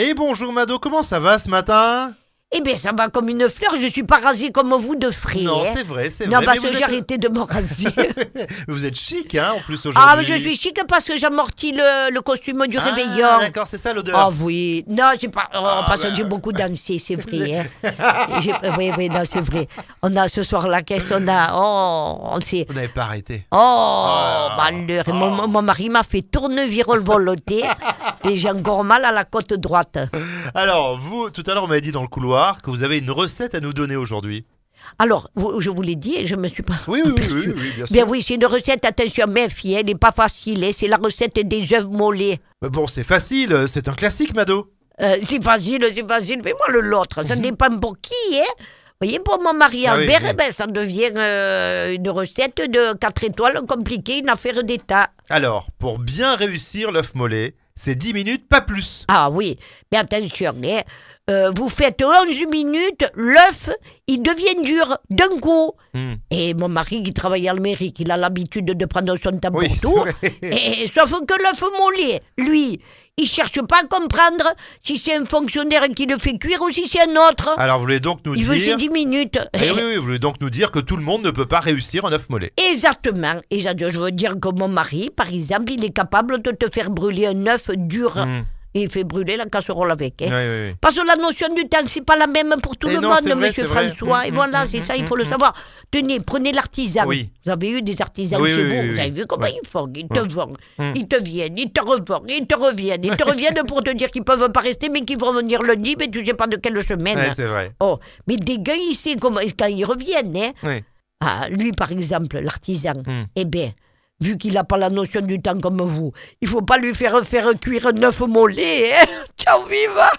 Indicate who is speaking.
Speaker 1: Et Eh, bonjour Mado, comment ça va ce matin
Speaker 2: Eh bien, ça va comme une fleur, je suis pas rasée comme vous de frire.
Speaker 1: Non, c'est vrai, c'est
Speaker 2: Non,
Speaker 1: vrai.
Speaker 2: parce
Speaker 1: mais
Speaker 2: que
Speaker 1: vous,
Speaker 2: j'ai
Speaker 1: êtes...
Speaker 2: arrêté de me raser.
Speaker 1: vous êtes chic, hein, en plus aujourd'hui.
Speaker 2: ah, mais je suis chic parce que j'amortis le, le costume du
Speaker 1: Ah,
Speaker 2: réveillon.
Speaker 1: D'accord, c'est ça l'odeur.
Speaker 2: Ah oui, non, c'est pas. oh,
Speaker 1: Ah,
Speaker 2: parce
Speaker 1: bah.
Speaker 2: que j'ai beaucoup dansé, c'est vrai. hein. J'ai- Oui, oui, non, c'est vrai. On a ce soir la caisse, on a. Oh, on s'est.
Speaker 1: Vous n'avez pas arrêté.
Speaker 2: Oh,
Speaker 1: Ah.
Speaker 2: malheur. Et Mon, mon mari m'a fait tournevirole volonté et j'ai encore mal à la côte droite.
Speaker 1: Alors, vous, tout à l'heure, on m'avez dit dans le couloir que vous avez une recette à nous donner aujourd'hui.
Speaker 2: Alors, vous- je vous l'ai dit, je me suis pas.
Speaker 1: Oui, oui, oui, oui, oui, bien sûr.
Speaker 2: Bien Ben oui, c'est une recette, attention, mes filles, elle n'est pas facile, hein, c'est la recette des œufs mollets.
Speaker 1: Mais bon, c'est facile, euh, c'est un classique, Mado.
Speaker 2: Euh, c'est facile, c'est facile, mais moi le l'autre, ça dépend pour qui, hein Vous voyez, pour mon mari
Speaker 1: Ah oui,
Speaker 2: Albert,
Speaker 1: oui.
Speaker 2: eh ben, ça devient euh, une recette de 4 étoiles compliquée, une affaire d'État.
Speaker 1: Alors, pour bien réussir l'œuf mollet, c'est 10 minutes, pas plus.
Speaker 2: Ah oui, mais attention, hein, euh, vous faites 11 minutes, l'œuf, il devient dur d'un coup.
Speaker 1: Hmm.
Speaker 2: Et mon mari qui travaille à la mairie, il a l'habitude de prendre son temps
Speaker 1: Oui,
Speaker 2: pour
Speaker 1: c'est
Speaker 2: tout.
Speaker 1: vrai.
Speaker 2: Et, sauf que l'œuf mollet, lui, il cherche pas à comprendre si c'est un fonctionnaire qui le fait cuire ou si c'est un autre.
Speaker 1: Alors, vous voulez donc nous
Speaker 2: il veut ses
Speaker 1: dire.
Speaker 2: 10 minutes.
Speaker 1: Eh oui, oui, vous voulez donc nous dire que tout le monde ne peut pas réussir un œuf mollet.
Speaker 2: Exactement. Et ça, je veux dire que mon mari, par exemple, il est capable de te faire brûler un œuf dur.
Speaker 1: Hmm.
Speaker 2: Et il fait brûler la casserole avec. hein.
Speaker 1: Oui, oui, oui.
Speaker 2: Parce que la notion du temps, c'est pas la même pour tout
Speaker 1: Et
Speaker 2: le
Speaker 1: Eh non,
Speaker 2: monde,
Speaker 1: c'est vrai,
Speaker 2: monsieur
Speaker 1: c'est vrai.
Speaker 2: François.
Speaker 1: Mm,
Speaker 2: Et
Speaker 1: mm,
Speaker 2: voilà,
Speaker 1: mm,
Speaker 2: c'est ça,
Speaker 1: mm,
Speaker 2: il faut le
Speaker 1: mm.
Speaker 2: savoir. Tenez, prenez l'artisan.
Speaker 1: Oui.
Speaker 2: Vous avez eu des artisans
Speaker 1: Oui,
Speaker 2: chez
Speaker 1: oui,
Speaker 2: vous.
Speaker 1: oui,
Speaker 2: vous
Speaker 1: oui, Mm.
Speaker 2: avez vu comment
Speaker 1: oui.
Speaker 2: ils font Ils te vendent, ils te viennent, ils te revendent, ils te reviennent, ils te reviennent pour te dire qu'ils peuvent pas rester, mais qu'ils vont venir lundi, mais tu sais pas de quelle semaine.
Speaker 1: Ouais, c'est vrai.
Speaker 2: oh, mais des gars, il sait comment, quand ils reviennent. Hein.
Speaker 1: Oui.
Speaker 2: Ah, lui, par exemple, l'artisan,
Speaker 1: Mm.
Speaker 2: eh bien, vu qu'il n'a pas la notion du temps comme vous, il faut pas lui faire faire cuire neuf mollets. Hein. Ciao, viva